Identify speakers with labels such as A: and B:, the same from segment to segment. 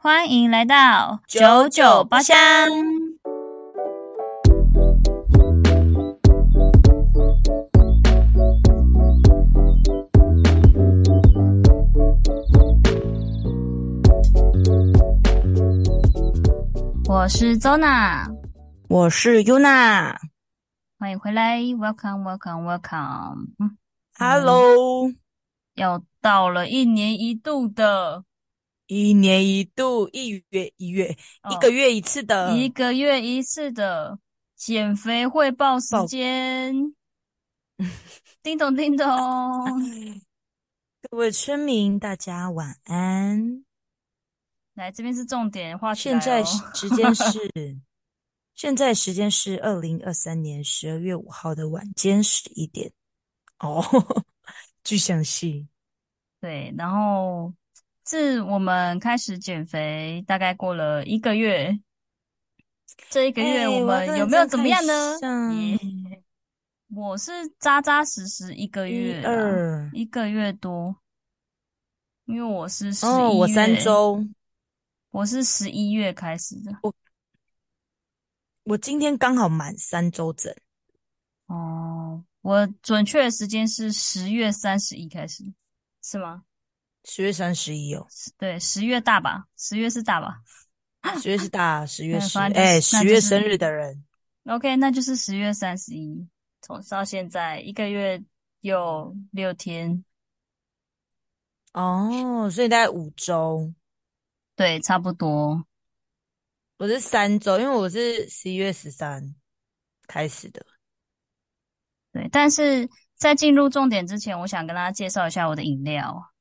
A: 欢迎来到
B: 九九包厢。
A: 我是 Zona，
B: 我是 Yuna。
A: 欢迎回来，Welcome Welcome Welcome。嗯
B: Hello，
A: 要到了一年一度的
B: 一年一度，一月一月，
A: 哦
B: 一个月一次的，
A: 一个月一次的减肥汇报时间。叮咚叮 咚，
B: 各位村民，大家晚安。
A: 来这边是重点话题来哦
B: 现
A: 咯。
B: 在时时间是， 现在时间是二零二三年十二月五号的晚间十一点。哦， 巨详细。
A: 对，然后自我们开始减肥，大概过了一个月。这一个月
B: 哎
A: 我
B: 我
A: 们
B: 要跟
A: 有
B: 你
A: 没有
B: 再
A: 怎
B: 看
A: 么
B: 一
A: 样呢？
B: 下
A: 耶我是扎扎实实一个
B: 一
A: 月啦，啊
B: 二
A: 一个月多，因为我是十
B: 哦，我
A: 一
B: 三
A: 月，
B: 周，
A: 我是十一月开始的。
B: 我今天刚好满三周整。
A: 哦，我准确的时间是十月三十一开始，是吗？
B: 十月三十一哦，
A: 是对，十月大吧，十月是大吧？
B: 十月是大，十月
A: 嗯
B: 十，
A: 反正就是
B: 哎，
A: 那
B: 十
A: 就
B: 月
A: 是
B: 生日的人，
A: OK，那就是十月三十一，从到现在一个月有嗯六天，
B: 哦，所以大概五周，
A: 对，差不多。
B: 我是三周，因为我是十一月十三开始的。
A: 对，但是在进入重点之前，我想跟大家介绍一下我的饮料。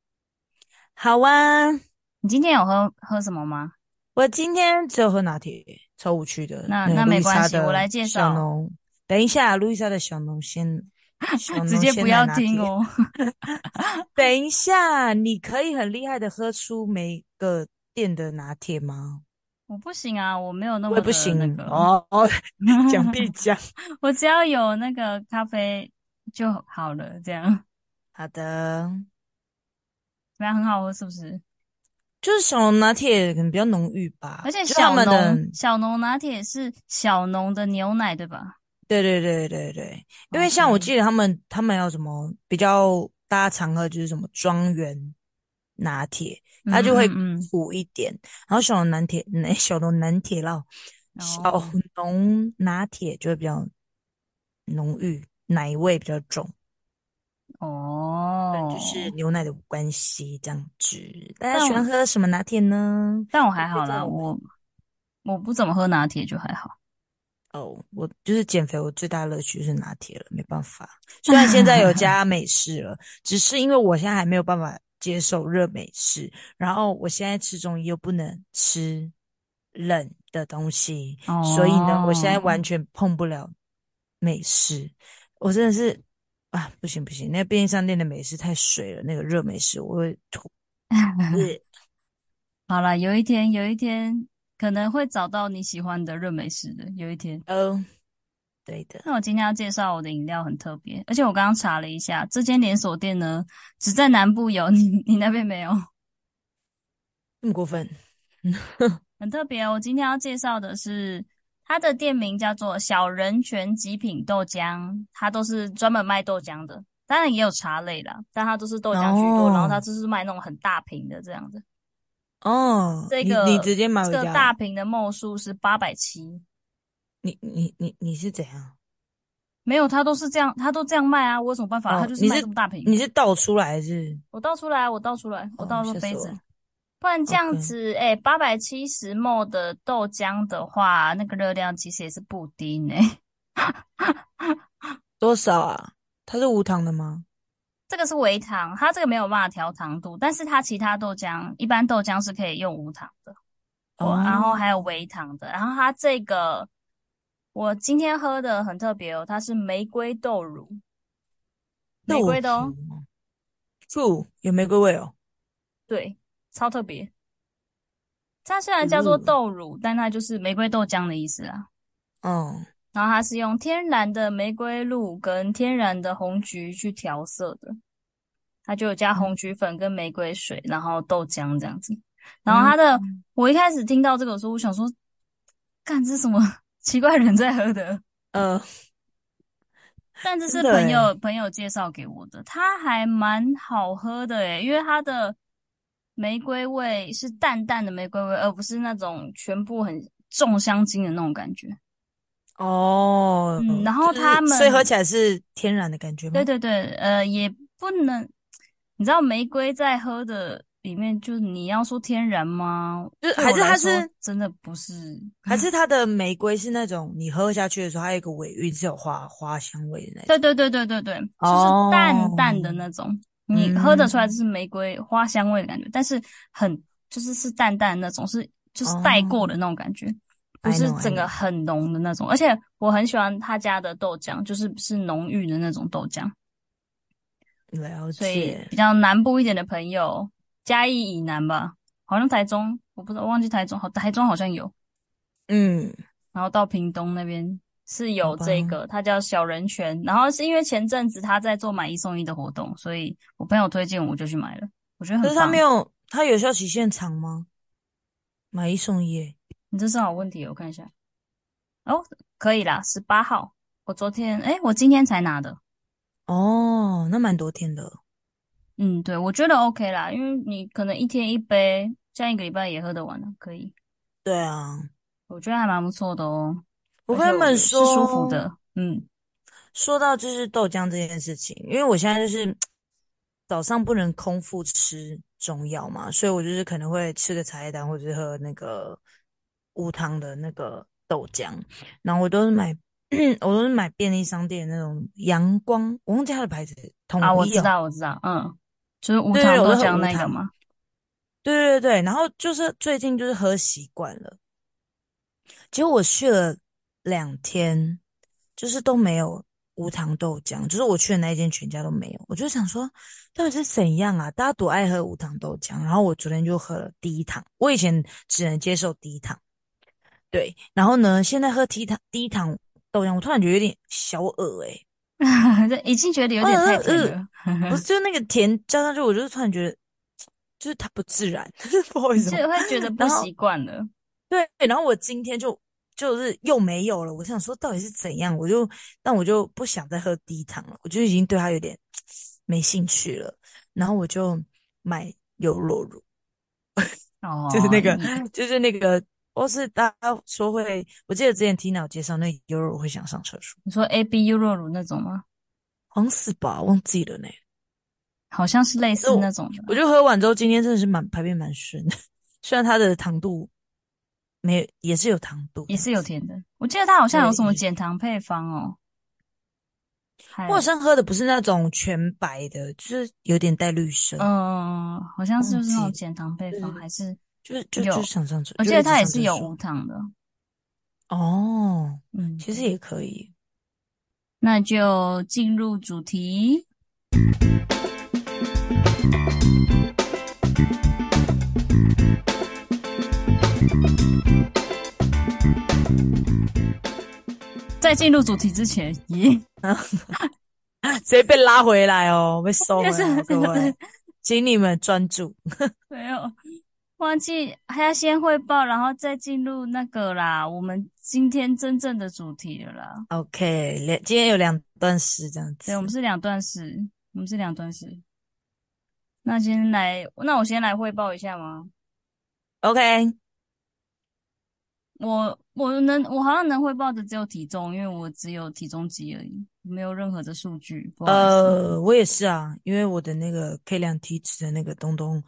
B: 好啊，
A: 你今天有喝喝什么吗？
B: 我今天只有喝拿铁，超无趣的。
A: 那
B: 嗯
A: 那
B: 路
A: 没
B: 易
A: 关
B: 莎
A: 系
B: 的
A: 我来介绍
B: 小农，等一下，路易莎的小农 先，小农
A: 直接
B: 鲜
A: 不
B: 奶
A: 要
B: 拿
A: 听
B: 铁。
A: 哦。
B: 等一下，你可以很厉害的喝出每个店的拿铁吗？
A: 我不行啊，我没有那
B: 我
A: 么
B: 也不
A: 的
B: 行
A: 那个，
B: 哦哦， 讲必讲。
A: 我只要有那个咖啡就好了，这样。
B: 好的，
A: 怎么样，很好哦喝是不是？
B: 就是小农拿铁可能比较浓郁吧，
A: 而且
B: 就他
A: 小
B: 们的
A: 农小农拿铁是小农的牛奶对吧？
B: 对对对对对，因为像我
A: OK
B: 记得他们他们有什么比较大家常喝就是什么庄园拿铁，它就会
A: 嗯嗯嗯
B: 苦一点，然后小农拿铁，嗯小农拿铁啦，小
A: 哦
B: 农拿铁就会比较浓郁，奶味比较重，可能
A: 哦，
B: 就是牛奶的关系这样子。大家
A: 但
B: 喜欢
A: 我
B: 喝什么拿铁呢？
A: 但我还
B: 推
A: 好啦，
B: 荐我们
A: 我我不怎么喝拿铁，就还好。
B: 哦，我就是减肥，我最大的乐趣就是拿铁了，没办法。虽然现在有加美式了，只是因为我现在还没有办法接受热美式，然后我现在吃中医又不能吃冷的东西，所以呢，我现在
A: 哦
B: 完全碰不了美式。我真的是啊，不行不行，那便利商店的美式太水了，那个热美式我会 吐。呃
A: 好啦，有一天，有一天可能会找到你喜欢的热美式的，有一天。
B: 哦，对的，
A: 那我今天要介绍我的饮料很特别，而且我刚刚查了一下，这间连锁店呢只在南部有， 你你那边没有，
B: 那么过分。
A: 很特别哦。我今天要介绍的是它的店名叫做小人泉极品豆浆，它都是专门卖豆浆的，当然也有茶类啦，但它都是豆浆居多，
B: 哦
A: 然后它就是卖那种很大瓶的这样子。
B: 哦，
A: 这
B: 你
A: 个
B: 你直接买回
A: 这个
B: 家
A: 大
B: 了，
A: 瓶的梦数是八百七，
B: 你你你你是怎样？
A: 没有，他都是这样，他都这样卖啊，我有什么办法？
B: 哦
A: 他就是
B: 你
A: 卖
B: 是
A: 这么大瓶。
B: 你是倒出来是？
A: 我倒出来，我倒出来，我
B: 哦
A: 倒入
B: 吓死
A: 杯
B: 我
A: 子
B: 了。
A: 不然这样
B: OK
A: 子，哎、八百七十 ml 的豆浆的话，那个热量其实也是不低呢、
B: 多少啊？它是无糖的吗？
A: 这个是微糖，它这个没有办法调糖度，但是它其他豆浆，一般豆浆是可以用无糖的，哦，
B: 哦
A: 然后还有微糖的，然后它这个我今天喝的很特别哦，它是玫瑰豆乳，玫瑰的哦，
B: 醋有玫瑰味哦。
A: 对，超特别。它虽然叫做
B: 嗯
A: 豆乳，但它就是玫瑰豆浆的意思啊。
B: 嗯，
A: 然后它是用天然的玫瑰露跟天然的红菊去调色的，它就有加红菊粉跟玫瑰水，然后豆浆这样子。然后它的，
B: 嗯
A: 我一开始听到这个的时候，我想说，干这是什么 奇怪人在喝的？
B: 呃，
A: 但这是
B: 真的
A: 朋友
B: 欸
A: 朋友介绍给我的，它还蛮好喝的诶，因为它的玫瑰味是淡淡的玫瑰味，而不是那种全部很重香精的那种感觉。
B: 哦，
A: 嗯然后
B: 就是
A: 他们
B: 所以喝起来是天然的感觉吗？
A: 对对对，呃，也不能，你知道玫瑰在喝的里面，就是你要说天然吗？
B: 就是
A: 对
B: 还
A: 我
B: 是
A: 来
B: 它
A: 说
B: 是
A: 真的不是，
B: 还是它的玫瑰是那种你喝下去的时候，它有一个尾韵是有花花香味的那种。
A: 对对对对对对，就是
B: 哦
A: 淡淡的那种，你喝得出来
B: 嗯
A: 就是玫瑰花香味的感觉，但是很就是是淡淡的那种，是就是带过的那种感觉，不
B: 哦 I
A: 是
B: know, I
A: 整个
B: know
A: 很浓的那种。而且我很喜欢他家的豆浆，就是是浓郁的那种豆浆，
B: 了
A: 所以
B: 解
A: 比较南部一点的朋友，嘉义以南吧，好像台中，我不知道忘记台中，好台中好像有，
B: 嗯，
A: 然后到屏东那边。是有
B: 好吧
A: 这个，它叫小人泉。然后是因为前阵子他在做买一送一的活动，所以我朋友推荐我就去买了，我觉得
B: 可
A: 很
B: 是它
A: 棒。
B: 没有，它有效期限长吗？买一送一耶，
A: 你这是好问题，我看一下。哦，可以啦，十八号。我昨天，诶，我今天才拿的。
B: 哦，那蛮多天的。
A: 嗯，对，我觉得 OK 啦，因为你可能一天一杯，这样一个礼拜也喝得完了，可以。
B: 对啊，
A: 我觉得还蛮不错的哦。
B: 我
A: 而
B: 跟
A: 且
B: 你们
A: 是舒服
B: 说
A: 的。嗯，
B: 说到就是豆浆这件事情，因为我现在就是早上不能空腹吃中药嘛，所以我就是可能会吃个茶叶蛋，或者是喝那个无糖的那个豆浆，然后我都是买， 我都是买便利商店那种阳光，我忘记它的牌子，统
A: 啊，我
B: 一
A: 知
B: 哦，
A: 道，我知道，嗯，就是无
B: 对
A: 糖
B: 对
A: 豆
B: 我都
A: 浆
B: 很无
A: 那个
B: 糖
A: 嘛。
B: 对对对，然后就是最近就是喝习惯了，结果我去了两天，就是都没有无糖豆浆，就是我去的那一间全家都没有，我就想说到底是怎样啊？大家多爱喝无糖豆浆，然后我昨天就喝了低糖，我以前只能接受低糖，对，然后呢，现在喝低糖低糖豆浆，我突然觉得有点小恶诶、
A: 就已经觉得有
B: 哦
A: 点太
B: 呃
A: 甜
B: 呃
A: 了。
B: 不是就那个甜加上去，我就是突然觉得就是它不自然， 不好意
A: 你
B: 思
A: 就
B: 哦，
A: 会觉得不
B: 然后
A: 习惯了。
B: 对，然后我今天就就是又没有了，我想说到底是怎样，我就但我就不想再喝低糖了，我就已经对它有点没兴趣了，然后我就买优酪乳，
A: 哦，
B: 就是那个
A: 你
B: 就是那个，或是大家说会，我记得之前听到介绍那个优酪乳会想上厕所，
A: 你说 A B 优酪乳那种吗？
B: 好像是吧，忘记了呢。
A: 好像是类
B: 所以
A: 似那
B: 我
A: 种的
B: 我
A: 吧。
B: 就喝完之后，今天真的是蛮排便蛮顺的， 虽然它的糖度没有，也是有糖度
A: 也
B: 这样
A: 是有
B: 子，
A: 甜的。我记得它好像有什么
B: 对。
A: 减糖配方哦，还
B: 我好像喝的不是那种全白的，就是有点带绿色，
A: 嗯、好像是
B: 忘
A: 就是那种
B: 记了，
A: 减糖配
B: 对
A: 方，
B: 对
A: 还是
B: 就是就就
A: 有，
B: 是想上厕，
A: 我
B: 就
A: 记
B: 一
A: 得
B: 直
A: 它也
B: 上
A: 是
B: 厕
A: 有
B: 所。
A: 无糖的。
B: 哦，
A: 嗯，
B: 其实也可以。
A: 那就进入主题。在进入主题之前，咦，
B: 直接被拉回来哦，被收
A: 就
B: 回
A: 是
B: 来哦，各位，请你们专注。
A: 没有，忘记还要先汇报，然后再进入那个啦，我们今天真正的主题了啦。
B: OK，两今天有两段诗这样
A: 对，我们
B: 子。
A: 是两段式，我们是两段式。那先来，那我先来汇报一下吗？
B: OK，
A: 我我能，我好像能汇报的只有体重，因为我只有体重机而已，没有任何的数据，不好意思。
B: 呃，我也是啊，因为我的那个可以量体脂的那个东东，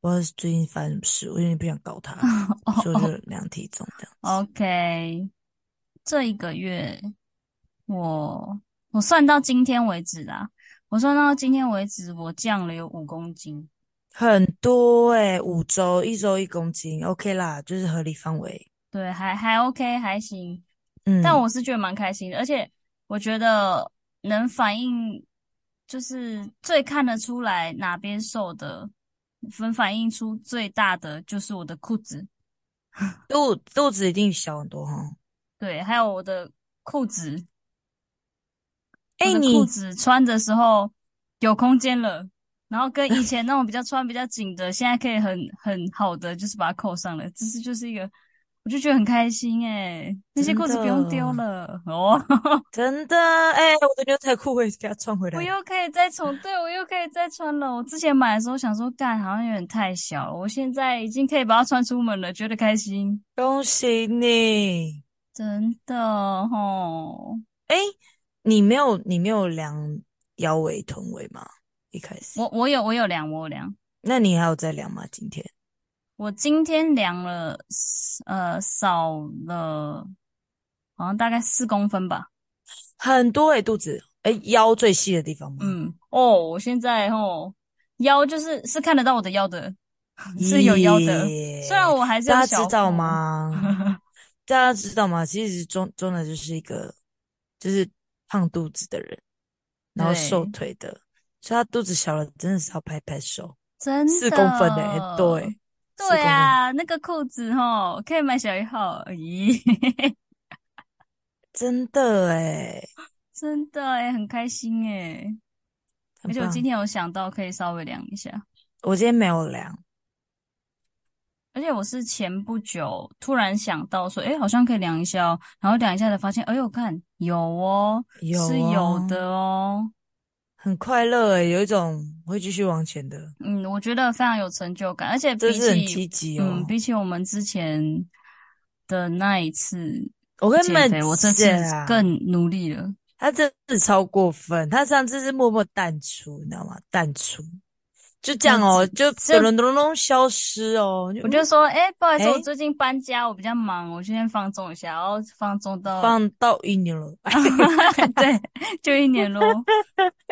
B: 不知道是最近发生什么事，我有点不想搞他，
A: 哦
B: 所以我就
A: 哦
B: 量体重这样 子。
A: ，OK，这一个月我我算到今天为止啦，我算到今天为止，我降了有五公斤。
B: 很多诶、五周一周一公斤，OK 啦，就是合理范围。
A: 对，还还 OK，还行。但
B: 嗯，
A: 我是觉得蛮开心的，而且我觉得能反映就是最看得出来哪边瘦的，能反映出最大的就是我的裤子，
B: 肚肚子一定小很多哈。
A: 对，还有我的裤子，
B: 哎、
A: 我的裤
B: 你
A: 子穿的时候有空间了，然后跟以前那种比较穿比较紧的，现在可以很很好的就是把它扣上了，这是就是一个，我就觉得很开心诶、那些裤子不用丢了哦，
B: 真的，哎、我的牛仔裤我也给它穿回来
A: 我。又可以再从对我又可以再穿了。我之前买的时候想说，干好像有点太小了，我现在已经可以把它穿出门了，觉得开心，
B: 恭喜你！
A: 真的哦吼。
B: 哎、你没有你没有量腰围臀围吗？一开始，
A: 我我有我有量，我有量，
B: 那你还有在量吗？今天
A: 我今天量了，呃，少了，好像大概四公分吧。
B: 很多哎、肚子哎、腰最细的地方吗？
A: 嗯，哦，我现在哦，腰就是是看得到我的腰的，是有腰的。
B: 耶
A: 虽然我还是有
B: 大家
A: 小
B: 知道
A: 腹？
B: 吗？ 大家知道吗？其实中中的就是一个就是胖肚子的人，然后
A: 对
B: 瘦腿的，所以他肚子小了，真的是要拍拍手，
A: 真的，
B: 四公分哎、对，
A: 对
B: 四公分
A: 啊，那个裤子哦，可以买小一号。咦，
B: 真的哎、
A: 真的哎，很开心哎。
B: 很
A: 而且我
B: 棒
A: 今天有想到可以稍微量一下。
B: 我今天没有量，
A: 而且我是前不久突然想到说，哎、好像可以量一下哦，然后量一下才发现，哎呦，看有哦，
B: 有、啊
A: 是有，的哦，
B: 很快乐哎、有一种会继续往前的，
A: 嗯，我觉得非常有成就感，而且
B: 真
A: 比
B: 是很
A: 起
B: 积，极哦。
A: 嗯，比起我们之前的那一次
B: 我根
A: 减
B: 本
A: 肥，我这次
B: 啊
A: 更努力了，
B: 他真的超过分，他上次是默默淡出，你知道吗？淡出，就这样哦，就
A: 这
B: 咚咚咚咚消失哦。
A: 我就说，哎、不好意思，
B: 哎
A: 我最近搬家，我比较忙，我今天放纵一下，然后放纵到，
B: 嗯放到一年了， 哎，
A: 对，就一年咯，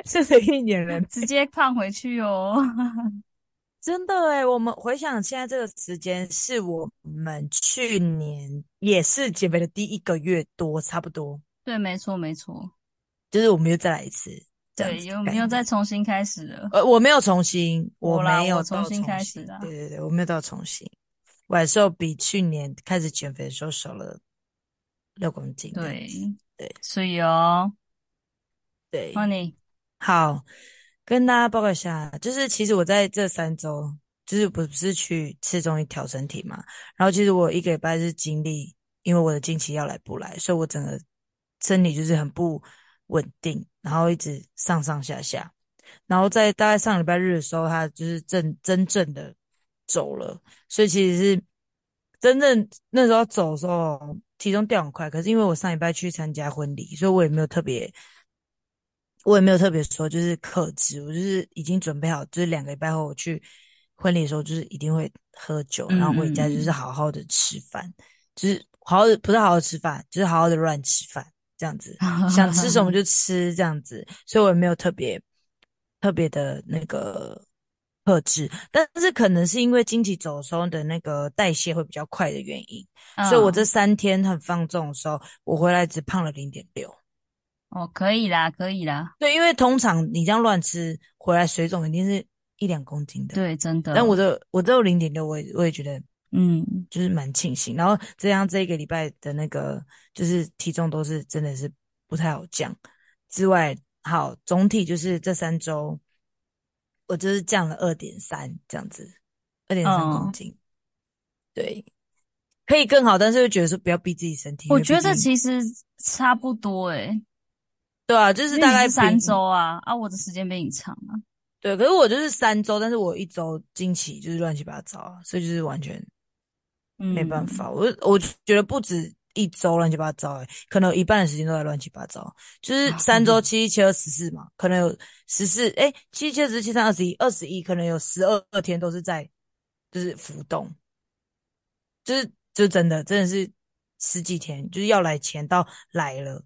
B: 真的一年了，
A: 直接胖回去哦。
B: 真的哎。我们回想现在这个时间，是我们去年也是减肥的第一个月多，差不多，
A: 对，没错，没错。
B: 就是我们又再来一次，这样
A: 对，
B: 子
A: 又
B: 的
A: 又
B: 概念
A: 再重新开始了。
B: 呃，我没有重新，
A: 我啦
B: 没有
A: 我
B: 到
A: 重新开始啊
B: 新
A: 啦
B: 对对对，我没有到重新，我还是有比去年开始减肥的时候少了六公斤这样
A: 对
B: 子。对
A: 所以哦，
B: 对，
A: 那你
B: 好，跟大家报告一下，就是其实我在这三周，就是不是去吃中医调身体嘛，然后其实我一个礼拜是经历，因为我的经期要来不来，所以我整个身体就是很不稳定，然后一直上上下下，然后在大概上礼拜日的时候，它就是真真正的走了，所以其实是真正那时候走的时候，体重掉很快，可是因为我上礼拜去参加婚礼，所以我也没有特别。我也没有特别说，就是克制，我就是已经准备好，就是两个礼拜后我去婚礼的时候，就是一定会喝酒，
A: 嗯
B: 然后回家
A: 嗯嗯
B: 就是好好的吃饭，就是好好的不是好好吃饭，就是好好的乱吃饭这样子， 想吃什 么？就吃这样子，所以我也没有特别特别的那个克制，但是可能是因为经期走的时候的那个代谢会比较快的原因，
A: 嗯
B: 所以我这三天很放纵的时候，我回来只胖了零点六。
A: 哦可以啦，可以啦，
B: 对，因为通常你这样乱吃回来，水肿一定是一两公斤的。，
A: 对，真的。
B: 但我这我只有零点六，我也我也觉得
A: 嗯，
B: 就是蛮庆幸。然后这样这一个礼拜的那个就是体重都是真的是不太好降。之外，好总体就是这三周，我就是降了二点三这样子，二点三
A: 嗯
B: 公斤。对，可以更好，但是又觉得说不要逼自己身体。因
A: 我
B: 为毕
A: 觉得
B: 竟
A: 其实差不多诶、
B: 对啊，就
A: 因
B: 是
A: 为
B: 大
A: 你
B: 概
A: 三
B: 平
A: 周啊，啊，我的时间比你长啊。
B: 对，可是我就是三周，但是我一周经期就是乱七八糟啊，所以就是完全
A: 嗯，
B: 没办法。我我觉得不止一周乱七八糟、欸，可能有一半的时间都在乱七八糟。就是三周七七二十四嘛，可能有十四，哎，七七二十七三二十一，二十一可能有十二天都是在就是浮动，就是就真的真的是十几天，就是要来前到来了。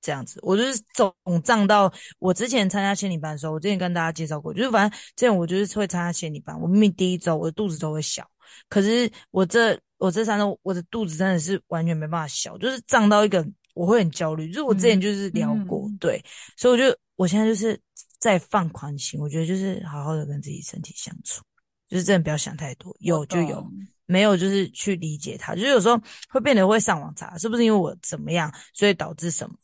B: 这样子，我就是总账到我之前参加仙女班的时候，我之前跟大家介绍过，就是反正之前我就是会参加仙女班，我明明第一周我的肚子都会小，可是我这我这三周我的肚子真的是完全没办法小，就是胀到一个我会很焦虑，就是我之前就是聊过，
A: 嗯
B: 对，所以我就我现在就是在放宽心，我觉得就是好好的跟自己身体相处，就是真的不要想太多，有就有，
A: 懂
B: 没有就是去理解它，就是有时候会变得会上网查，是不是因为我怎么样，所以导致什么？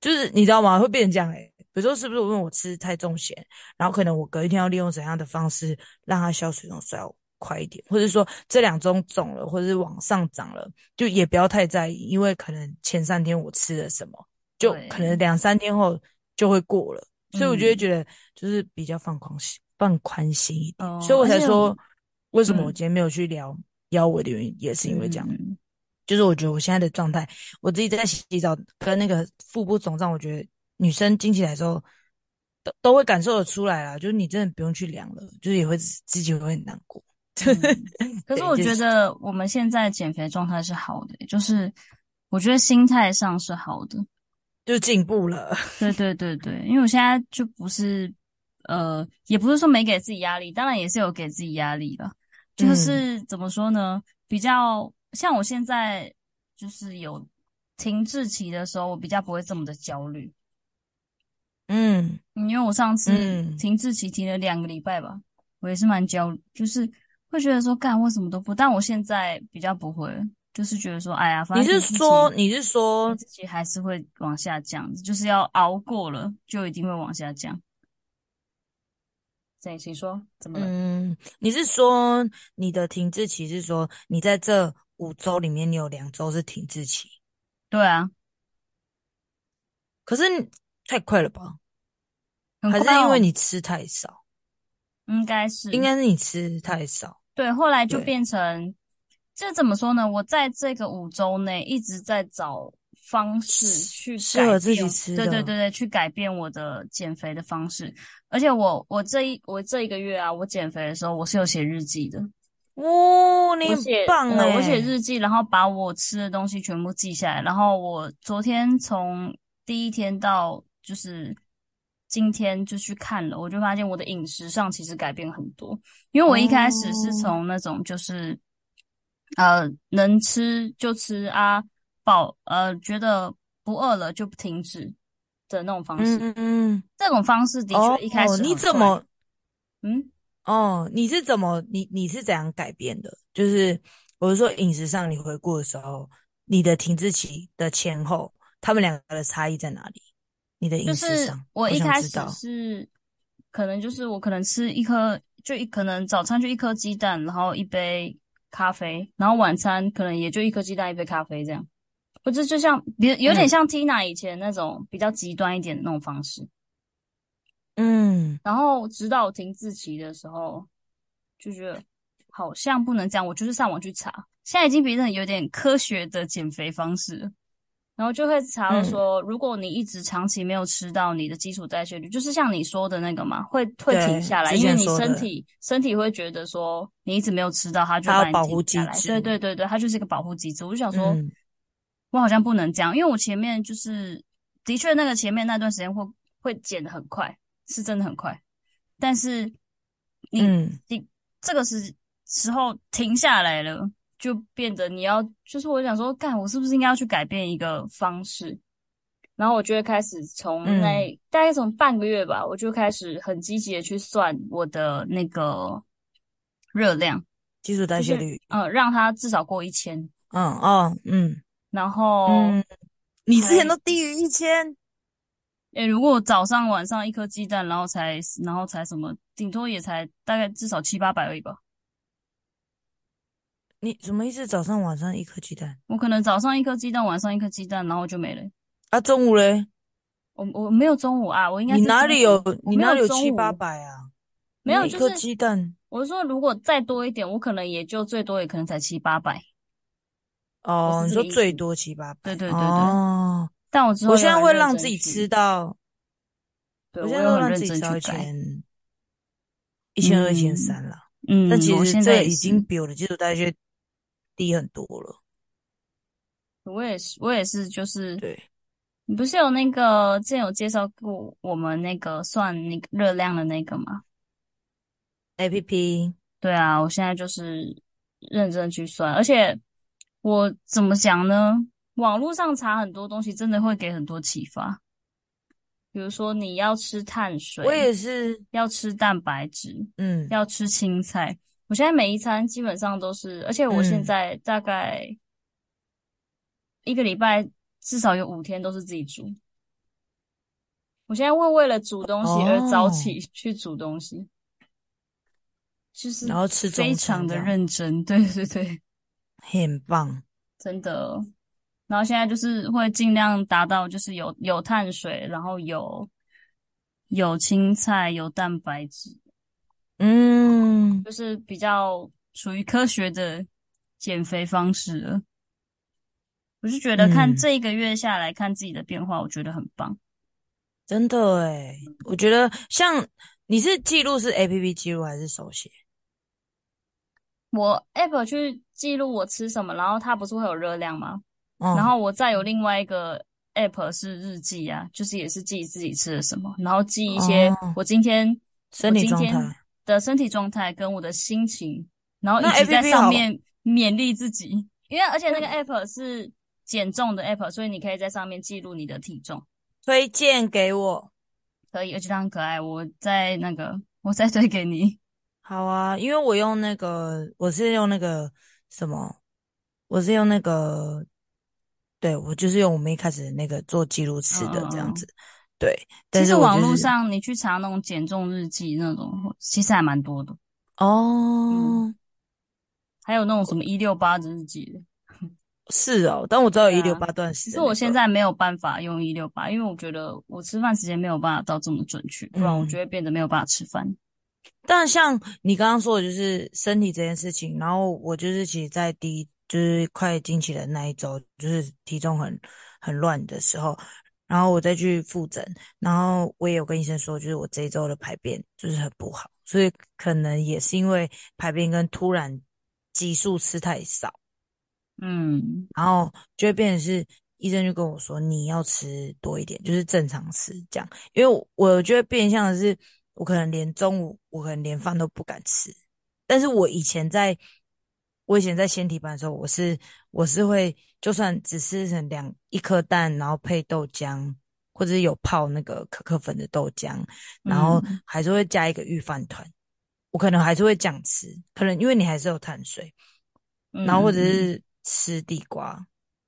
B: 就是你知道吗？会变成这样诶、欸比如说是不是我问我吃太重咸，然后可能我隔一天要利用怎样的方式让它消水肿衰快一点，或者说这两种肿了，或者是往上涨了，就也不要太在意，因为可能前三天我吃了什么，就
A: 对
B: 可能两三天后就会过了，所以我就会
A: 嗯
B: 觉得就是比较放宽心，放宽心一点，
A: 哦
B: 所以我
A: 而
B: 才
A: 且
B: 说
A: 我
B: 为什么
A: 嗯
B: 我今天没有去聊腰围的原因，也是因为这样。
A: 嗯
B: 就是我觉得我现在的状态，我自己在洗澡跟那个腹部肿胀，我觉得女生经起来的时候都都会感受得出来啦。就是你真的不用去量了，就是也会自自己会很难过。
A: 嗯 可是
B: 对
A: 我
B: 就
A: 觉
B: 是
A: 得我们现在减肥状态是好的、就是我觉得心态上是好的。
B: 就进步了，嗯
A: 对对对对，因为我现在就不是，呃，也不是说没给自己压力，当然也是有给自己压力了，就是、怎么说呢，比较像我现在就是有停滞期的时候，我比较不会这么的焦虑，
B: 嗯
A: 嗯因为我上次
B: 嗯
A: 停滞期停了两个礼拜吧，我也是蛮焦虑，就是会觉得说干我什么都不，但我现在比较不会了，就是觉得说哎呀，反
B: 你
A: 正停
B: 是
A: 滞期
B: 说你是
A: 我
B: 说
A: 自己还是会往下降，就是要熬过了，就一定会往下降。对，请说怎么了？
B: 嗯，你是说你的停滞期是说你在这五周里面，你有两周是停滞期，
A: 对啊，
B: 可是你太快了吧？
A: 很
B: 还是
A: 快
B: 因为
A: 哦
B: 你吃太少？
A: 应该是
B: 应该是你吃太少。
A: 对，后来就
B: 对
A: 变成这怎么说呢？我在这个五周内一直在找方式去
B: 适
A: 改
B: 合自己
A: 变，
B: 吃
A: 对对
B: 的
A: 对对，去改变我的减肥的方式。而且我我这一我这一个月啊，我减肥的时候我是有写日记的，
B: 哦，你
A: 我
B: 很
A: 写
B: 棒
A: 对，呃我写
B: 哎！
A: 日记，然后把我吃的东西全部记下来。然后我昨天从第一天到就是今天就去看了，我就发现我的饮食上其实改变很多。因为我一开始是
B: 哦
A: 从那种就是呃能吃就吃啊，饱呃觉得不饿了就停止的那种方式。
B: 嗯嗯嗯，
A: 这种方式的
B: 哦
A: 确一开始
B: 你
A: 很
B: 怎
A: 快
B: 么
A: 嗯
B: 哦？你是怎么你你是怎样改变的？就是我是说饮食上，你回顾的时候，你的停滞期的前后，他们两个的差异在哪里？你的
A: 就
B: 饮食
A: 是
B: 上，
A: 我
B: 我
A: 一
B: 想
A: 开
B: 知
A: 始
B: 道。
A: 是，可能就是我可能吃一颗，就一可能早餐就一颗鸡蛋，然后一杯咖啡，然后晚餐可能也就一颗鸡蛋一杯咖啡这样。我这就像，比有点
B: 嗯
A: 像 Tina 以前那种比较极端一点的那种方式。
B: 嗯
A: 然后直到我停滞期的时候，就觉得好像不能这样，我就是上网去查，现在已经变成有点科学的减肥方式了。然后就会查到
B: 嗯，
A: 说，如果你一直长期没有吃到你的基础代谢率，就是像你说的那个嘛，会会停
B: 对，
A: 下来，
B: 之
A: 因为
B: 前
A: 你
B: 说
A: 身
B: 的，
A: 体身体会觉得说你一直没有吃到，它就
B: 它有
A: 把你
B: 保
A: 停
B: 护
A: 下
B: 机
A: 来。对
B: 制。
A: 对对对，它就是一个保护机制。我就想说，
B: 嗯
A: 我好像不能这样，因为我前面就是的确那个前面那段时间会会减的很快，是真的很快，但是你
B: 嗯
A: 你这个时时候停下来了，就变得你要就是我想说，干我是不是应该要去改变一个方式？然后我就会开始从
B: 嗯，
A: 那大概从半个月吧，我就开始很积极的去算我的那个热量，
B: 基础代
A: 就
B: 谢
A: 是
B: 率。
A: 嗯、呃让它至少过一千，
B: 嗯哦嗯
A: 然后
B: 嗯，你之前
A: 哦还
B: 都低于一千。
A: 诶，如果我早上晚上一颗鸡蛋，然后才然后才什么，顶多也才大概至少七八百而已吧。
B: 你什么意思？早上晚上一颗鸡蛋
A: 我可能早上一颗鸡蛋，晚上一颗鸡蛋，然后就没了。
B: 啊？中午嘞？
A: 我我没有中午啊，我应该
B: 你
A: 是
B: 哪
A: 中
B: 里有
A: 午，我
B: 你
A: 没
B: 哪
A: 有
B: 里有
A: 中
B: 七八
A: 午，
B: 百啊？
A: 没
B: 你
A: 有，
B: 一
A: 就
B: 颗
A: 是
B: 鸡蛋
A: 我是说如果再多一点，我可能也就最多也可能才七八百，我
B: 哦，
A: 是
B: 你
A: 这
B: 说
A: 个意
B: 最
A: 思。
B: 多七八
A: 对
B: 百
A: 对对对，
B: 哦。
A: 但我之
B: 我
A: 后有
B: 现在
A: 很
B: 会
A: 认
B: 让自
A: 真
B: 己吃
A: 去，
B: 到，
A: 对
B: 我
A: 我
B: 现在
A: 有
B: 会
A: 很
B: 让
A: 认
B: 自己
A: 真
B: 吃
A: 去
B: 到一
A: 改。
B: 千一千二、一千
A: 嗯
B: 三了，但
A: 嗯，
B: 其
A: 我
B: 实
A: 现在
B: 这
A: 也
B: 已
A: 是，
B: 经比我的基础代谢低很多了。
A: 我也是，我也是，就是
B: 对，
A: 你不是有那个之前有介绍过我们那个算那个热量的那个吗？
B: A P P，
A: 对啊，我现在就是认真去算，而且我怎么讲呢？网络上查很多东西，真的会给很多启发。比如说，你要吃碳
B: 我
A: 水，
B: 也是，
A: 要吃蛋白质，
B: 嗯
A: 要吃青菜。我现在每一餐基本上都是，而且我现
B: 嗯
A: 在大概一个礼拜至少有五天都是自己煮。我现在会为了煮东西而早
B: 哦
A: 起去煮东西，就是
B: 然后吃中
A: 非
B: 餐
A: 常的
B: 这样
A: 认真，对对对，
B: 很棒。
A: 真的。哦然后现在就是会尽量达到，就是有有碳水，然后有有青菜，有蛋白质，
B: 嗯，
A: 就是比较属于科学的减肥方式了。我是觉得看
B: 嗯
A: 这一个月下来看自己的变化，我觉得很棒。
B: 真的诶，我觉得像你是记录是 A P P 记录还是手写？
A: 我 app 去记录我吃什么，然后它不是会有热量吗？
B: 嗯，
A: 然后我再有另外一个 app 是日记啊，就是也是记自己吃了什么，然后记一些
B: 哦
A: 我今天、
B: 身体
A: 我
B: 状
A: 今天
B: 态。
A: 的身体状态跟我的心情，然后以
B: 那
A: 及在
B: APP
A: 上
B: 好嗯
A: 面勉励自己，因为而且那个 app 是减重的 app，所以你可以在上面记录你的体重，
B: 推荐给我。
A: 可以，而且它很可爱，我在那个我再推给你，
B: 好啊，因为我用那个，我是用那个什么，我是用那个，对，我就是用我们一开始那个做记录吃的这
A: 嗯嗯
B: 样
A: 嗯
B: 子。对，但
A: 其
B: 是
A: 实
B: 我
A: 网
B: 就
A: 络
B: 是
A: 上你去查那种减重日记那种，其实还蛮多的，
B: 哦
A: 嗯，还有那种什么一六八的日记的。
B: 是哦，但我只有
A: 对
B: 一
A: 啊
B: 六八断食
A: 其
B: 的
A: 实
B: 那个。
A: 我现在没有办法用一六八，因为我觉得我吃饭时间没有办法到这么准确，不然我
B: 嗯
A: 就会变得没有办法吃饭。
B: 但像你刚刚说的，就是身体这件事情，然后我就是其实，在第一就是快经期的那一周，就是体重很很乱的时候，然后我再去复诊，然后我也有跟医生说，就是我这一周的排便就是很不好，所以可能也是因为排便跟突然急速吃太少，
A: 嗯，
B: 然后就会变成是医生就跟我说你要吃多一点，就是正常吃这样，因为我我觉得变相的是，我可能连中午我可能连饭都不敢吃，但是我以前在我以前在先体班的时候，我是我是会就算只吃成两一颗蛋，然后配豆浆。或者是有泡那个可可粉的豆浆，然后
A: 嗯
B: 还是会加一个预饭团，我可能还是会这样吃，可能因为你还是有碳水，
A: 嗯
B: 然后或者
A: 嗯
B: 是吃地瓜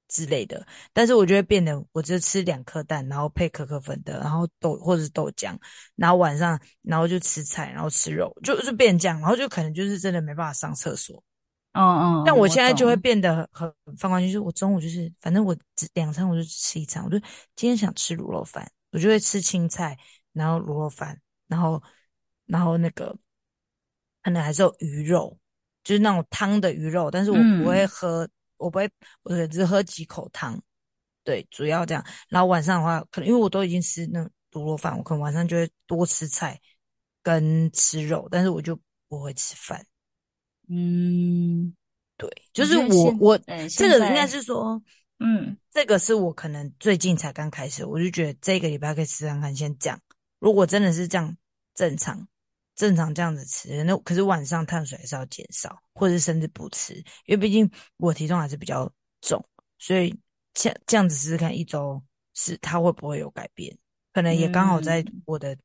B: 之类的。但是我就会变得，我就吃两颗蛋，然后配可可粉的，然后豆或者是豆浆，然后晚上然后就吃菜，然后吃肉，就就变这样，然后就可能就是真的没办法上厕所。
A: 嗯嗯，
B: 但我现在就会
A: 懂
B: 变得很很放宽心，就是我中午就是反正我只两餐我就吃一餐，我就今天想吃卤肉饭，我就会吃青菜，然后卤肉饭，然后然后那个可能还是有鱼肉，就是那种汤的鱼肉，但是我不会
A: 嗯
B: 喝，我不会，我可能只喝几口汤，对，主要这样。然后晚上的话，可能因为我都已经吃那种卤肉饭，我可能晚上就会多吃菜跟吃肉，但是我就不会吃饭。
A: 嗯，
B: 对，就是
A: 觉得
B: 我
A: 现
B: 我
A: 哎现
B: 这个
A: 在
B: 应该是说，
A: 嗯
B: 这个是我可能最近才刚开始，我就觉得这个礼拜可以试看看，先这样。如果真的是这样正常正常这样子吃，那可是晚上碳水还是要减少，或者是甚至不吃，因为毕竟我体重还是比较重，所以这样这样子试试看一周是它会不会有改变？可能也刚好在
A: 嗯
B: 我的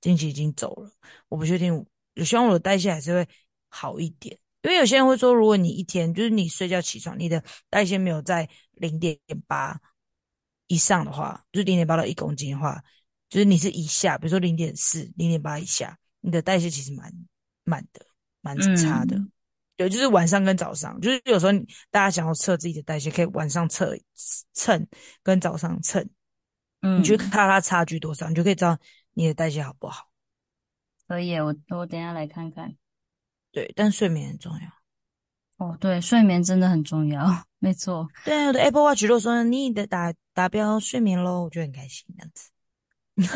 B: 经期已经走了，我不确定，我希望我的代谢还是会好一点。因为有些人会说，如果你一天就是你睡觉起床，你的代谢没有在零点八以上的话，就是零点八到一公斤的话，就是你是以下，比如说零点四、零点八以下，你的代谢其实蛮慢的，蛮差的。
A: 嗯
B: 对，就是晚上跟早上，就是有时候你大家想要测自己的代谢，可以晚上测称跟早上称，你去看
A: 嗯，
B: 它差距多少，你就可以知道你的代谢好不好。
A: 可以耶，我我等一下来看看。
B: 对，但睡眠很重要。
A: 哦，对，睡眠真的很重要，没错。
B: 对啊，我的 Apple Watch 如果说你的达达标睡眠喽，我就很开心这样子。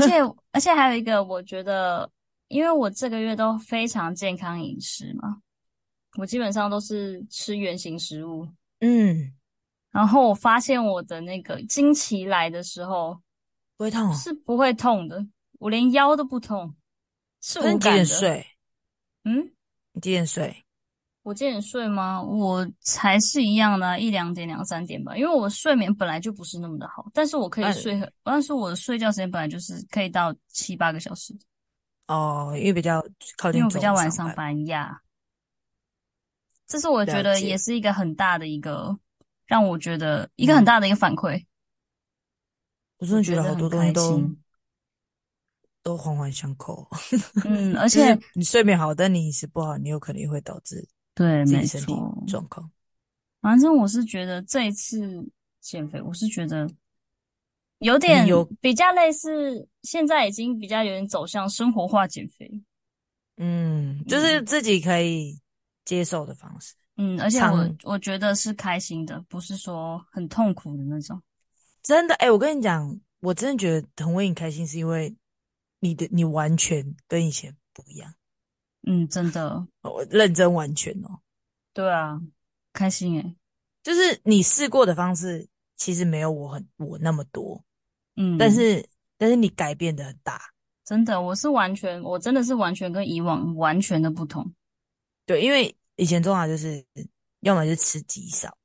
A: 而 且而且还有一个，我觉得，因为我这个月都非常健康饮食嘛，我基本上都是吃原形食物。
B: 嗯，
A: 然后我发现我的那个经期来的时候
B: 不会痛哦。
A: 是不会痛的，我连腰都不痛，是
B: 可是
A: 无
B: 你几
A: 感
B: 点
A: 的。
B: 睡？
A: 嗯，
B: 你几点睡？
A: 我几点睡吗？我还是一样的啊，一两点、两三点吧，因为我睡眠本来就不是那么的好，但是我可以
B: 嗯、
A: 睡很，但是我的睡觉时间本来就是可以到七八个小时，
B: 哦，因为比较靠
A: 因为
B: 近
A: 我比
B: 中
A: 较
B: 午
A: 晚上
B: 上班，
A: 班呀。这是我觉
B: 了
A: 得也
B: 解。
A: 是一个很大的一个，让我觉得一个很
B: 嗯，
A: 大的一个反馈，
B: 我真
A: 我
B: 的觉
A: 觉得
B: 得
A: 很
B: 好多东西
A: 开
B: 都
A: 心。
B: 都环环相扣。
A: 嗯， 而
B: 而
A: 且
B: 你睡眠好，但你饮食不好，你有可能会导致
A: 对，
B: 自
A: 没
B: 己身体
A: 错。
B: 状况。
A: 反正我是觉得这一次减肥，我是觉得有点
B: 你嗯有
A: 比较类似，现在已经比较有点走向生活化减肥。
B: 嗯，就是自己可以接受的方式。
A: 嗯，而且我
B: 长
A: 我觉得是开心的，不是说很痛苦的那种。
B: 真的，哎、我跟你讲，我真的觉得很为你开心，是因为你的你完全跟以前不一样，
A: 嗯，真的，
B: 我认真完全哦，
A: 对啊，开心欸诶。
B: 就是你试过的方式其实没有我很我那么多，
A: 嗯，
B: 但是但是你改变的很大，
A: 真的，我是完全，我真的是完全跟以往完全的不同。
B: 对，因为以前中华就是要么就是吃极少，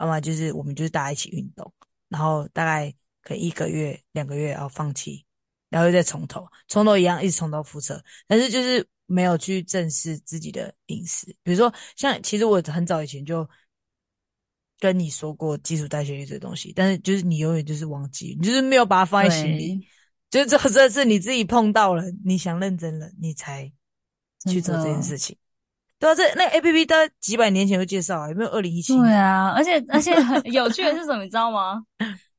B: 要么就是我们就是大家一起运动，然后大概可能一个月两个月然后放弃，然后又再从头，从头一样一直重蹈覆辙，但是就是没有去正视自己的饮食，比如说像其实我很早以前就。跟你说过基础代谢率这东西，但是就是你永远就是忘记，你就是没有把它放在心里，
A: 对，
B: 就是这这是你自己碰到了，你想认真了，你才去做
A: 真
B: 这
A: 的
B: 件事情。对啊，这那 A P P 大概几百年前就介绍啊，有没有二零一七
A: 对
B: 年？
A: 啊，而且而且很有趣的是什么，你知道 吗？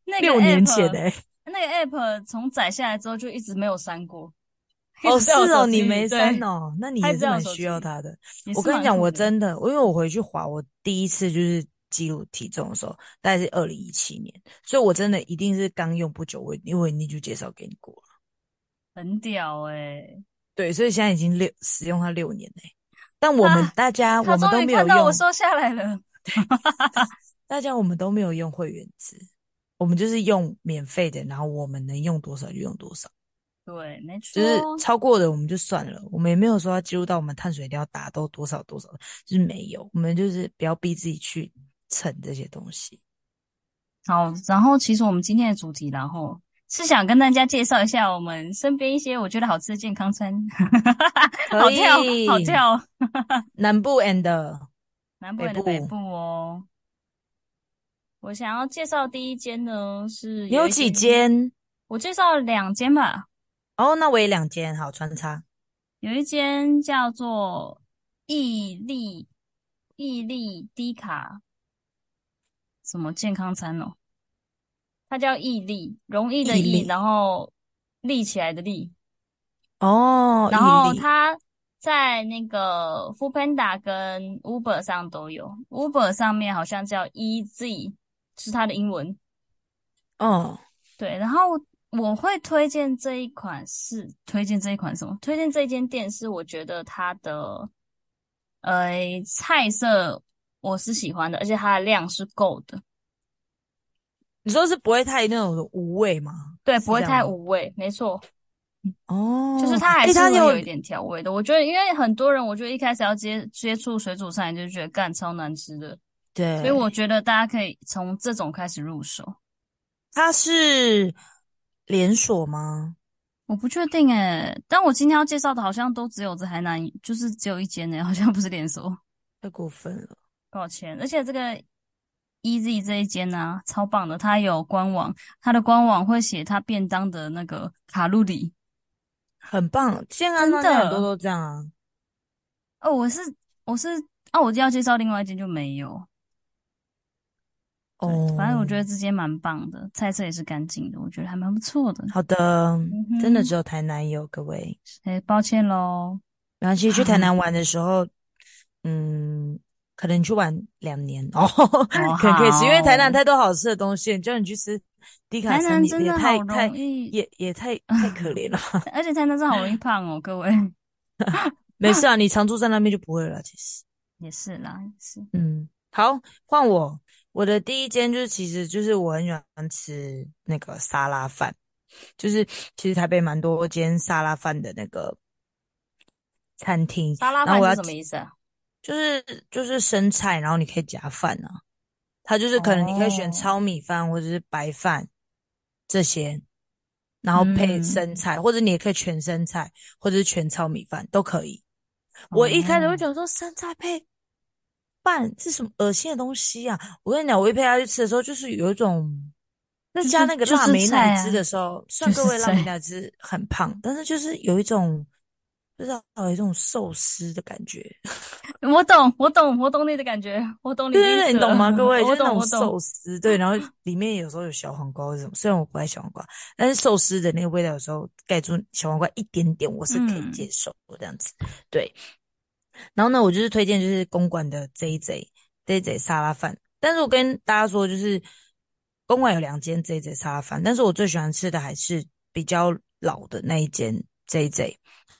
A: 那个
B: 六年前
A: app，
B: 哎、
A: 那个 app 从载下来之后就一直没有删过。
B: 哦
A: 一直
B: 是
A: 在我手
B: 哦，
A: 机
B: 你
A: 里
B: 没
A: 对
B: 删哦，那你
A: 它一
B: 也
A: 直
B: 是
A: 在我
B: 蛮
A: 手
B: 需
A: 机
B: 要
A: 里
B: 它的。
A: 也是
B: 我跟你
A: 蛮
B: 讲，
A: 酷
B: 我
A: 的。
B: 真的，我因为我回去划，我第一次就是记录体重的时候，大概是二零一七年，所以我真的一定是刚用不久，我因为你就介绍给你过了。
A: 很屌哎、
B: 对，所以现在已经六使用它六年嘞、欸但我们
A: 啊
B: 大家
A: 他
B: 我们
A: 终
B: 都
A: 于
B: 没
A: 看
B: 有
A: 到我
B: 用，
A: 瘦下来了。
B: 大家我们都没有用会员制，我们就是用免费的，然后我们能用多少就用多少，
A: 对，没错
B: 就，是超过的我们就算了，我们也没有说要记录到我们碳水一定要达到多少多少，就是没有，我们就是不要逼自己去蹭这些东西。
A: 好。然后其实我们今天的主题，然后是想跟大家介绍一下我们身边一些我觉得好吃的健康餐。好
B: 可以，
A: 跳，好跳，
B: 南部 and
A: 南部人的
B: 北
A: 北
B: 部
A: 部哦。我想要介绍第一间呢是
B: 你有
A: 一
B: 几
A: 间？
B: 间？
A: 我介绍了两间吧。
B: 哦，那我也两间，好穿插。
A: 有一间叫做毅力毅力低卡什么健康餐哦，它叫毅力，容易的
B: 毅
A: 易，
B: 力
A: 然后立起来的立，
B: 哦，
A: 然后
B: 毅力
A: 它在那个 Foodpanda 跟 Uber 上都有，Uber 上面好像叫 EZ，是它的英文。
B: 哦，
A: 对，然后我会推荐这一款是推荐这一款什么？推荐这间店是我觉得它的呃菜色我是喜欢的，而且它的量是够的，
B: 你说是不会太那种无味吗？
A: 对，
B: 是
A: 不会
B: 这样
A: 太
B: 吗
A: 无味，没错，
B: 哦，
A: 就是它还
B: 诶
A: 是
B: 它
A: 会
B: 有
A: 有一点调味的。我觉得，因为很多人我觉得一开始要接接触水煮菜，你就觉得干超难吃的，所以
B: 对，
A: 我觉得大家可以从这种开始入手。
B: 它是连锁吗？
A: 我不确定诶，但我今天要介绍的好像都只有在台南，就是只有一间诶，好像不是连锁。
B: 太过分了，
A: 抱歉，而且这个 EZ 这一间呢、超棒的，它有官网，它的官网会写它便当的那个卡路里。
B: 很棒！健康
A: 真
B: 餐很
A: 的
B: 多都这样啊。
A: 哦，我是我是哦，我就要介绍另外一间就没有。对，
B: 哦，
A: 反正我觉得这间蛮棒的，菜色也是干净的，我觉得还蛮不错的。
B: 好的，
A: 嗯
B: 真的
A: 哼，
B: 只有台南有各位。
A: 哎，抱歉 喽。
B: 然后其实去
A: 啊
B: 台南玩的时候，嗯，可能去玩两年哦，
A: 哦，
B: 可能可以吃，因为台南
A: 好，
B: 太多好吃的东西，叫你去吃低卡
A: 台
B: 餐
A: 南
B: 也
A: 真
B: 也
A: 的
B: 太
A: 好
B: 太
A: 容易，
B: 也也太太可怜了。
A: 而且台南真的好容易胖哦，各位。
B: 没事啊，你常住在那边就不会了，其实。
A: 也是啦，也是。
B: 嗯，好，换我。我的第一间就是，其实就是我很喜欢吃那个沙拉饭，就是其实台北蛮多间沙拉饭的那个餐厅。
A: 沙拉
B: 然
A: 饭
B: 后我
A: 是
B: 要
A: 什么意思啊？
B: 就是就是生菜，然后你可以夹饭啊。它就是可能你可以选
A: 哦，
B: 糙米饭或者是白饭这些，然后配
A: 嗯，
B: 生菜，或者你也可以全生菜，或者是全糙米饭都可以。我一开始
A: 哦。
B: 会讲说生菜配饭是什么恶心的东西啊！我跟你讲，我一陪他去吃的时候，就是有一种那
A: 就是
B: 加那个
A: 就是
B: 腊梅
A: 菜
B: 奶
A: 啊
B: 汁的时候，虽然
A: 就
B: 各
A: 是
B: 位腊梅
A: 菜
B: 奶汁很胖，但是就是有一种不知道有一种寿司的感觉。
A: 我懂，我懂，我懂你的感觉，我懂你的
B: 对
A: 意
B: 对
A: 思
B: 对，你懂吗？
A: 了
B: 各 位，就
A: 我
B: 是那
A: 懂，
B: 种
A: 我懂。
B: 寿司，对，然后里面有时候有小黄瓜或者什么，虽然我不爱小黄瓜，但是寿司的那个味道有时候盖住小黄瓜一点点，我是可以
A: 嗯
B: 接受的这样子。对，然后呢，我就是推荐就是公馆的 JJ JJ 沙拉饭，但是我跟大家说，就是公馆有两间 JJ 沙拉饭，但是我最喜欢吃的还是比较老的那一间 JJ。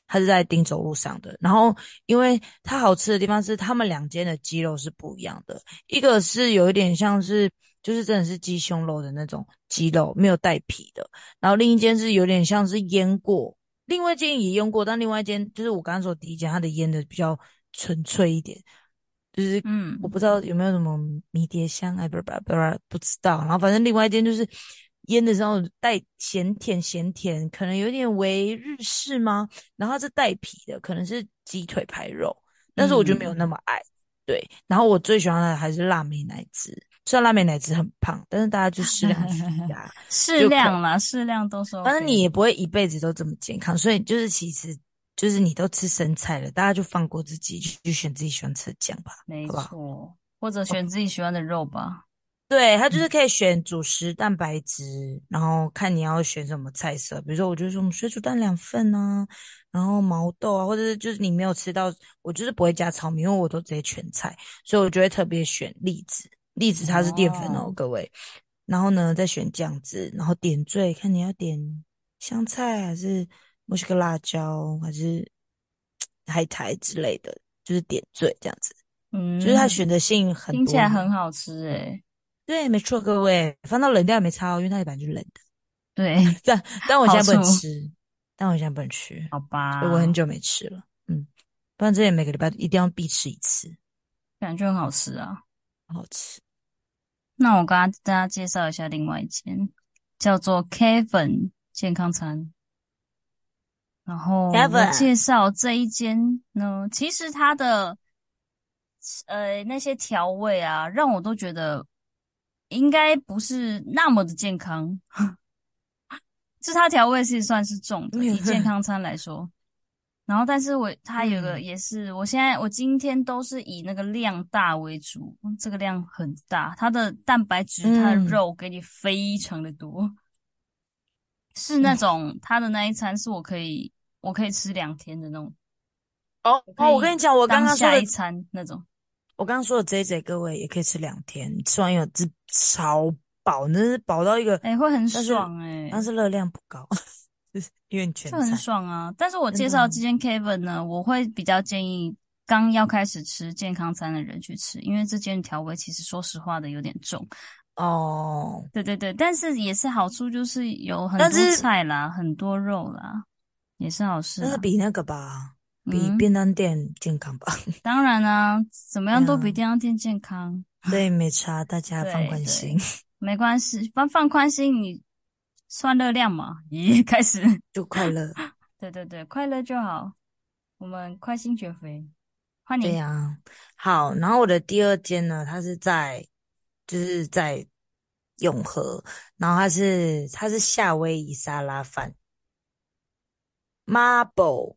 B: 它是在汀州路上的，然后因为它好吃的地方是他们两间的鸡肉是不一样的，一个是有一点像是就是真的是鸡胸肉的那种鸡肉，没有带皮的，然后另一间是有点像是腌过，另外一间也腌过，但另外一间就是我刚刚说第一间，它的腌的比较纯粹一点，就是
A: 嗯
B: 我不知道有没有什么迷迭香，哎，不是不是不是不知道，然后反正另外一间就是。腌的时候带咸甜咸甜，可能有点为日式吗？然后它是带皮的，可能是鸡腿排肉，但是我就没有那么爱。对，然后我最喜欢的还是辣梅奶汁，虽然辣梅奶汁很胖，但是大家就适量取呀。
A: 适
B: 就可
A: 量啦，适量都是 OK 的。
B: 反正你也不会一辈子都这么健康，所以就是其实就是你都吃生菜了，大家就放过自己，去去选自己喜欢吃的酱吧。
A: 没
B: 好不好
A: 错，或者选自己喜欢的肉吧。
B: 对，它
A: 嗯
B: 就是可以选主食、蛋白质，然后看你要选什么菜色。比如说，我就是我们水煮蛋两份啊，然后毛豆啊，或者是就是你没有吃到，我就是不会加糙米，因为我都直接全菜，所以我就会特别选栗子。栗子它是淀粉哦，
A: 哦
B: 各位。然后呢，再选酱汁，然后点缀，看你要点香菜还是墨西哥辣椒还是海苔之类的，就是点缀这样子。
A: 嗯，
B: 就是它选择性很
A: 听起
B: 多
A: 来
B: 元
A: 很好吃欸诶、
B: 对，没错，各位，放到冷掉也没差哦，因为它本来就冷的。
A: 对，
B: 但但我现在不
A: 好
B: 能
A: 处啊
B: 吃，但我现在不能吃，
A: 好吧，
B: 所以我很久没吃了。嗯，不然之前每个礼拜一定要必吃一次，
A: 感觉很好吃啊。
B: 好好吃。
A: 那我跟大家介绍一下另外一间，叫做 Kevin 健康餐。然后我
B: Kevin
A: 介绍这一间呢，其实它的呃那些调味啊，让我都觉得应该不是那么的健康。 就它调味是算是重的，
B: 没有
A: 以健康餐来说。然后，但是我它有个
B: 嗯
A: 也是，我现在我今天都是以那个量大为主，这个量很大，它的蛋白质、它的
B: 嗯
A: 肉给你非常的多，
B: 嗯
A: 是那种它的那一餐是我可以我可以吃两天的那种，
B: 哦
A: 我可以
B: 哦，我跟你讲，我刚
A: 当
B: 刚说
A: 下一
B: 的，
A: 餐那种。
B: 我刚刚说的 J J，各位也可以吃两天，吃完以后吃超饱，那是饱到一个，
A: 哎、会很
B: 但是
A: 爽哎、
B: 但是热量不高， 就是因为你全
A: 就很
B: 菜。
A: 爽啊！但是我
B: 真
A: 介
B: 的
A: 绍
B: 啊
A: 这间 Kevin 呢，我会比较建议刚要开始吃健康餐的人去吃，因为这间调味其实说实话的有点重。
B: 哦，
A: 对对对，但是也是好处就是有很
B: 但
A: 多
B: 是
A: 菜啦，很多肉啦，也是好事
B: 那
A: 啊
B: 是。比那个吧，比
A: 嗯，
B: 便当店健康吧。
A: 当然啊，怎么样都比
B: 对
A: 便
B: 啊
A: 当店健康。
B: 对，没差，大家放
A: 对
B: 宽
A: 对
B: 心，，
A: 没关系，放放宽心，你算热量嘛。咦， 开始，
B: 就快乐。
A: 对对对，快乐就好。我们快心减肥，欢
B: 对
A: 迎。
B: 呀、好。然后我的第二间呢，它是在，就是在永和，然后它是它是夏威夷沙拉饭，Marble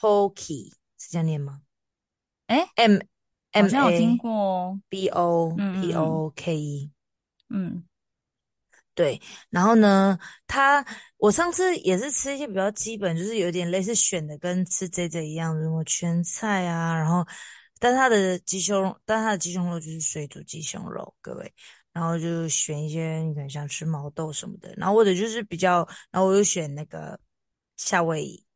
B: Poke 是这样念吗
A: 哎，
B: ？M
A: 好
B: M
A: 像有听
B: A
A: 过哦。
B: B O
A: 嗯嗯
B: P
A: 嗯
B: O K E。
A: 嗯，
B: 对，然后呢，它我上次也是吃一些比较基本，就是有点类似选的跟吃 JJ 一样，什么全菜啊，然后但它的鸡胸肉，但它的鸡胸肉就是水煮鸡胸肉，各位，然后就选一些你可能想吃毛豆什么的，然后或者就是比较，然后我又选那个夏威夷，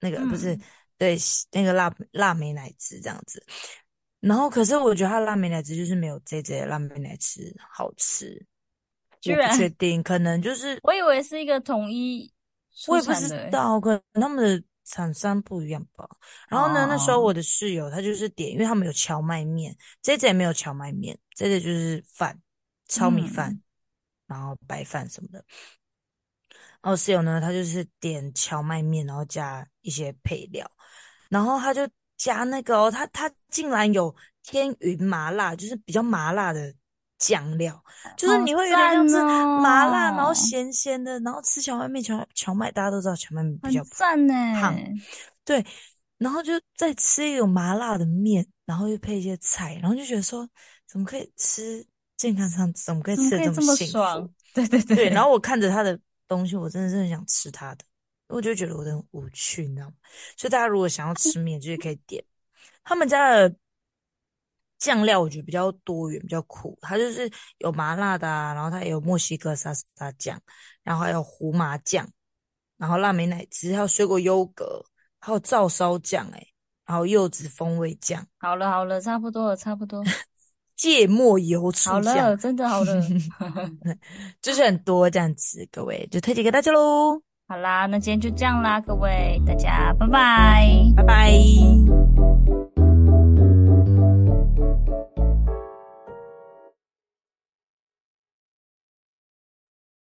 B: 那个不是
A: 嗯
B: 对那个辣辣梅奶汁这样子，然后可是我觉得它的辣梅奶汁就是没有 JJ 的辣梅奶汁好吃。
A: 居
B: 我不确
A: 然，
B: 定，可能就是
A: 我以为是一个统一
B: 我
A: 出
B: 也不
A: 产
B: 知
A: 的欸诶。
B: 道，可能他们的厂商不一样吧。然后呢，那时候
A: 哦，
B: 我的室友他就是点，因为他们有荞麦面，J J 没有荞麦面，J J 就是饭，糙米饭
A: 嗯，，
B: 然后白饭什么的。然后室友呢，他就是点荞麦面，然后加一些配料，然后他就加那个哦，他他竟然有天云麻辣，就是比较麻辣的酱料，就是你会有点像是麻辣，
A: 哦
B: 然后咸咸的，然后吃荞麦面，荞荞麦大家都知道荞麦面比较
A: 很赞呢、
B: 胖对，然后就再吃一个麻辣的面，然后又配一些菜，然后就觉得说怎么可以吃健康餐，怎么可以
A: 怎么嗯
B: 吃
A: 可以
B: 的
A: 这
B: 么
A: 么
B: 幸福？
A: 爽？对对 对
B: 对，然后我看着他的东西，我真的是很想吃他的，我就觉得我很无趣，你知道吗？所以大家如果想要吃面，就是可以点他们家的酱料，我觉得比较多元，比较酷。它就是有麻辣的啊，然后它也有墨西哥沙沙酱，然后还有胡麻酱，然后辣美奶汁，还有水果优格，还有照烧酱，诶，然后柚子风味酱、
A: 好了好了，差不多了，差不 多
B: 芥末油醋
A: 好
B: 酱
A: 了，，真的好 了。
B: 就是很多这样子，各位就推荐给大家喽，
A: 好啦，那今天就这样啦，各位大家，拜拜。
B: 拜拜。